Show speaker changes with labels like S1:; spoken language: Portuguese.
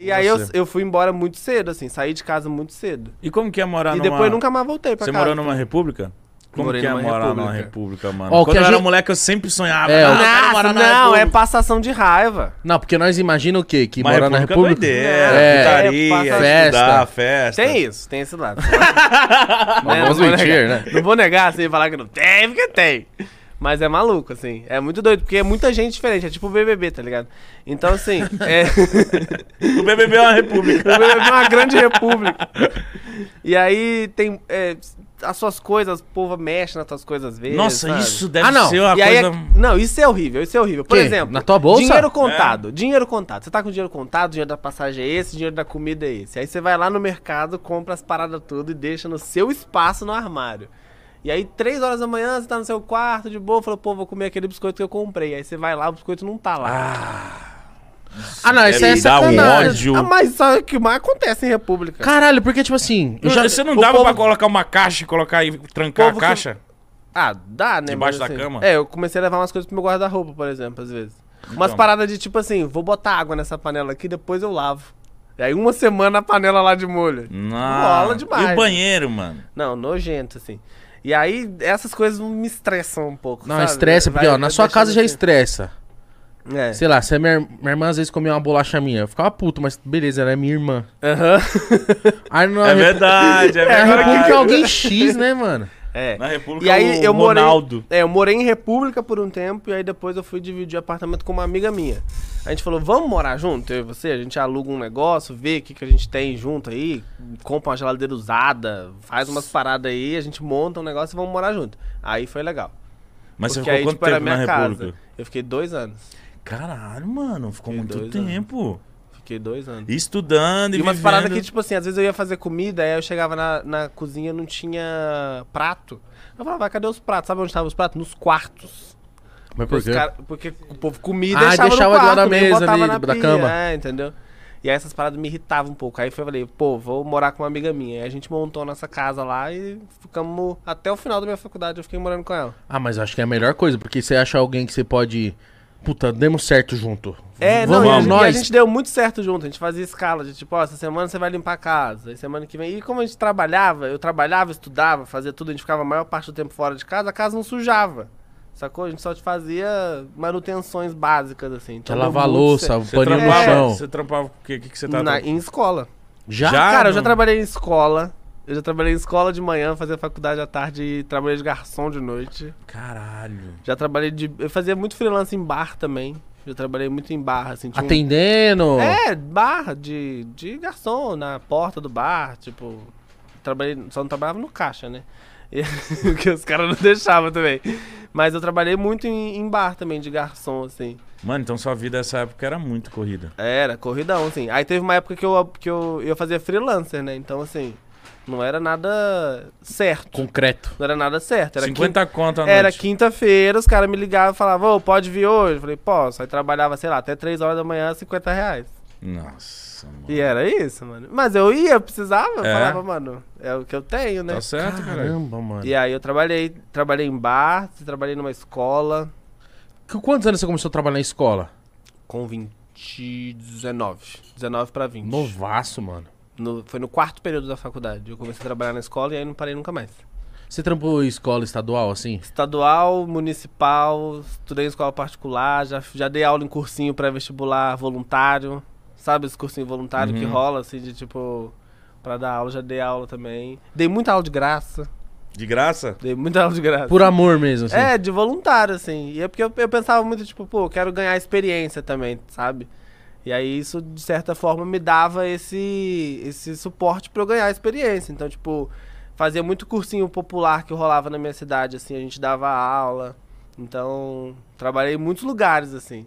S1: E aí eu,
S2: Você.
S1: eu fui embora muito cedo, assim, saí de casa muito cedo.
S2: E como que é morar
S1: e
S2: numa...
S1: depois nunca mais voltei pra
S2: Você
S1: casa.
S2: morou numa república? Como
S1: Morei
S2: que é
S1: numa
S2: morar
S1: república.
S2: numa república, mano?
S3: Ó, o que
S2: Quando eu
S3: a
S2: era
S3: gente-
S2: moleque, eu sempre sonhava.
S3: É,
S2: "Ah,
S3: o-
S2: eu quero morar
S1: Nossa,
S2: na
S1: não, é
S2: república."
S1: passação de raiva.
S3: Não, porque nós imagina o quê? Que
S2: Uma
S3: morar na República.
S2: é doideira,
S3: É,
S2: putaria,
S1: passa-
S3: festa.
S2: estudar, festa.
S1: Tem isso, tem esse lado.
S3: Não
S1: Né,
S3: vamos
S1: não vou
S3: mentir,
S1: negar.
S3: né?
S1: Não vou negar, assim, falar que não tem, porque tem. Mas é maluco, assim. É muito doido, porque é muita gente diferente. É tipo o BBB, tá ligado? Então, assim, é...
S2: O BBB é uma república.
S1: o BBB é uma grande república. E aí tem... é, as suas coisas, o povo mexe nas suas coisas às vezes,
S2: Nossa,
S1: sabe?
S2: isso deve
S3: Ah, não.
S2: ser uma
S1: E aí é-
S2: coisa... É.
S1: Não, isso é horrível, isso é horrível. Por
S3: Quê?
S1: exemplo,
S3: Na tua bolsa?
S1: dinheiro contado, dinheiro contado. Você tá com dinheiro contado, dinheiro da passagem é esse, dinheiro da comida é esse. Aí você vai lá no mercado, compra as paradas tudo e deixa no seu espaço no armário. E aí, três horas da manhã, você tá no seu quarto de boa, falou, pô, vou comer aquele biscoito que eu comprei. Aí você vai lá, o biscoito não tá lá.
S3: Ah, não, isso
S2: Deve
S3: é
S2: dar um
S3: sacanagem.
S2: ódio.
S1: Ah, mas sabe o que mais acontece em república?
S3: Caralho, porque, tipo assim, eu já,
S2: Você não
S1: o
S2: dava
S1: povo-
S2: pra colocar uma caixa e colocar e trancar
S1: povo
S2: a
S1: que-
S2: caixa?
S1: Ah, dá, né?
S2: Debaixo
S1: mas,
S2: da cama?
S1: É, eu comecei a levar umas coisas pro meu guarda-roupa, por exemplo, às vezes. Umas
S2: Então.
S1: paradas de tipo assim, vou botar água nessa panela aqui, depois eu lavo. E aí uma semana a panela lá de molho.
S2: Hum. Não.
S1: Rola demais.
S2: E o banheiro, mano?
S1: Não, nojento, assim. E aí essas coisas me estressam um pouco,
S3: Não,
S1: sabe?
S3: estressa, porque,
S1: Vai-
S3: ó, na
S1: vai
S3: sua
S1: deixando
S3: casa já
S1: assim.
S3: estressa.
S1: É.
S3: Sei lá, se a minha, minha irmã às vezes comia uma bolacha minha, eu ficava puto, mas beleza, ela é minha irmã.
S1: Aham.
S3: Aí na
S2: É
S3: Repu-
S2: verdade, é
S3: É, a República
S2: verdade.
S3: é alguém X, né, mano?
S1: É.
S2: Na República
S1: E aí
S2: o
S1: eu morei,
S2: Ronaldo.
S1: é, eu morei em República por um tempo e aí depois eu fui dividir apartamento com uma amiga minha. A gente falou, vamos morar junto, eu e você? A gente aluga um negócio, vê o que, que a gente tem junto aí, compra uma geladeira usada, faz umas paradas aí, a gente monta um negócio e vamos morar junto. Aí foi legal.
S2: Mas você
S1: Porque
S2: ficou
S1: aí,
S2: quanto
S1: tipo, era a
S2: tempo na
S1: minha
S2: República?
S1: casa. Eu fiquei dois anos.
S2: Caralho, mano, ficou
S1: Fiquei
S2: muito
S1: dois anos.
S2: tempo.
S1: Fiquei dois anos.
S2: Estudando e,
S1: E umas
S2: vivendo.
S1: paradas que, tipo assim, às vezes eu ia fazer comida, aí eu chegava na, na cozinha e não tinha prato. Eu falava, "Ah, cadê os pratos? Sabe onde estavam os pratos? Nos quartos.
S3: Mas por
S1: Os
S3: quê?
S1: cara- porque o povo comia e
S3: Ah,
S1: deixava,
S3: deixava
S1: no
S3: de lá
S1: quarto,
S3: na
S1: nem
S3: mesa
S1: botava
S3: ali,
S1: na
S3: da
S1: pia,
S3: cama.
S1: É, entendeu? E aí essas paradas me irritavam um pouco. Aí eu falei, pô, vou morar com uma amiga minha. Aí a gente montou a nossa casa lá e ficamos... Até o final da minha faculdade eu fiquei morando com ela.
S3: Ah, mas eu acho que é a melhor coisa, porque você acha alguém que você pode. Puta, demos certo junto.
S1: É, não,
S3: Vamos
S1: e a, gente, e a
S3: nós.
S1: gente deu muito certo junto. A gente fazia escala de tipo, ó, essa semana você vai limpar a casa, aí semana que vem. E como a gente trabalhava, eu trabalhava, estudava, fazia tudo, a gente ficava a maior parte do tempo fora de casa, a casa não sujava. Sacou? A gente só fazia manutenções básicas, assim.
S3: Já
S1: Então deu
S3: é lavar
S1: muito
S3: louça,
S1: certo.
S2: Você
S3: paninho no
S2: trampava,
S3: chão.
S2: Você trampava com o quê? O que, que você tava
S1: Na- em escola.
S3: Já?
S2: Já? Ah,
S1: Cara, eu já
S2: não.
S1: trabalhei em escola. Eu já trabalhei em escola de manhã, fazia faculdade à tarde e trabalhei de garçom de noite.
S2: Caralho.
S1: Já trabalhei de. Eu fazia muito freelance em bar também. Eu trabalhei muito em bar, assim. tinha um-
S3: Atendendo.
S1: É, barra de, de garçom na porta do bar, tipo. Trabalhei, só não trabalhava no caixa, né? E- Porque os caras não deixavam também. Mas eu trabalhei muito em, em bar também, de garçom, assim.
S2: Mano, então sua vida nessa época era muito corrida.
S1: Era, corridão, assim. Aí teve uma época que eu, que eu, eu fazia freelancer, né? Então, assim, não era nada certo.
S3: Concreto.
S1: Não era nada certo. Era
S2: 50 conto à noite.
S1: era quinta-feira, os caras me ligavam e falavam, ô, pode vir hoje? Eu falei, posso. Aí trabalhava, sei lá, até 3 horas da manhã, 50 reais.
S2: Nossa, mano.
S1: E era isso, mano. Mas eu ia, eu precisava, eu
S2: É.
S1: falava, mano, é o que eu tenho, né?
S2: Tá certo, cara.
S3: Caramba, mano.
S1: E aí eu trabalhei, trabalhei em bar, trabalhei numa escola
S3: Que- Quantos anos você começou a trabalhar na escola?
S1: com 20, 19, 19 pra 20.
S3: Novaço, mano.
S1: No- foi no quarto período da faculdade, eu comecei a trabalhar na escola e aí não parei nunca mais.
S3: Você trampou em escola estadual, assim?
S1: Estadual, municipal, estudei em escola particular, já, já dei aula em cursinho pré-vestibular voluntário. Sabe esse cursinho voluntário que rola, assim, de tipo, pra dar aula, já dei aula também. Dei muita aula de graça,
S2: De graça?
S1: dei muita aula de graça.
S3: Por amor mesmo, assim.
S1: É, de voluntário, assim. E é porque eu, eu pensava muito, tipo, pô, eu quero ganhar experiência também, sabe? E aí isso, de certa forma, me dava esse, esse suporte pra eu ganhar experiência. Então, tipo, fazia muito cursinho popular que rolava na minha cidade, assim, a gente dava aula. Então, trabalhei em muitos lugares, assim.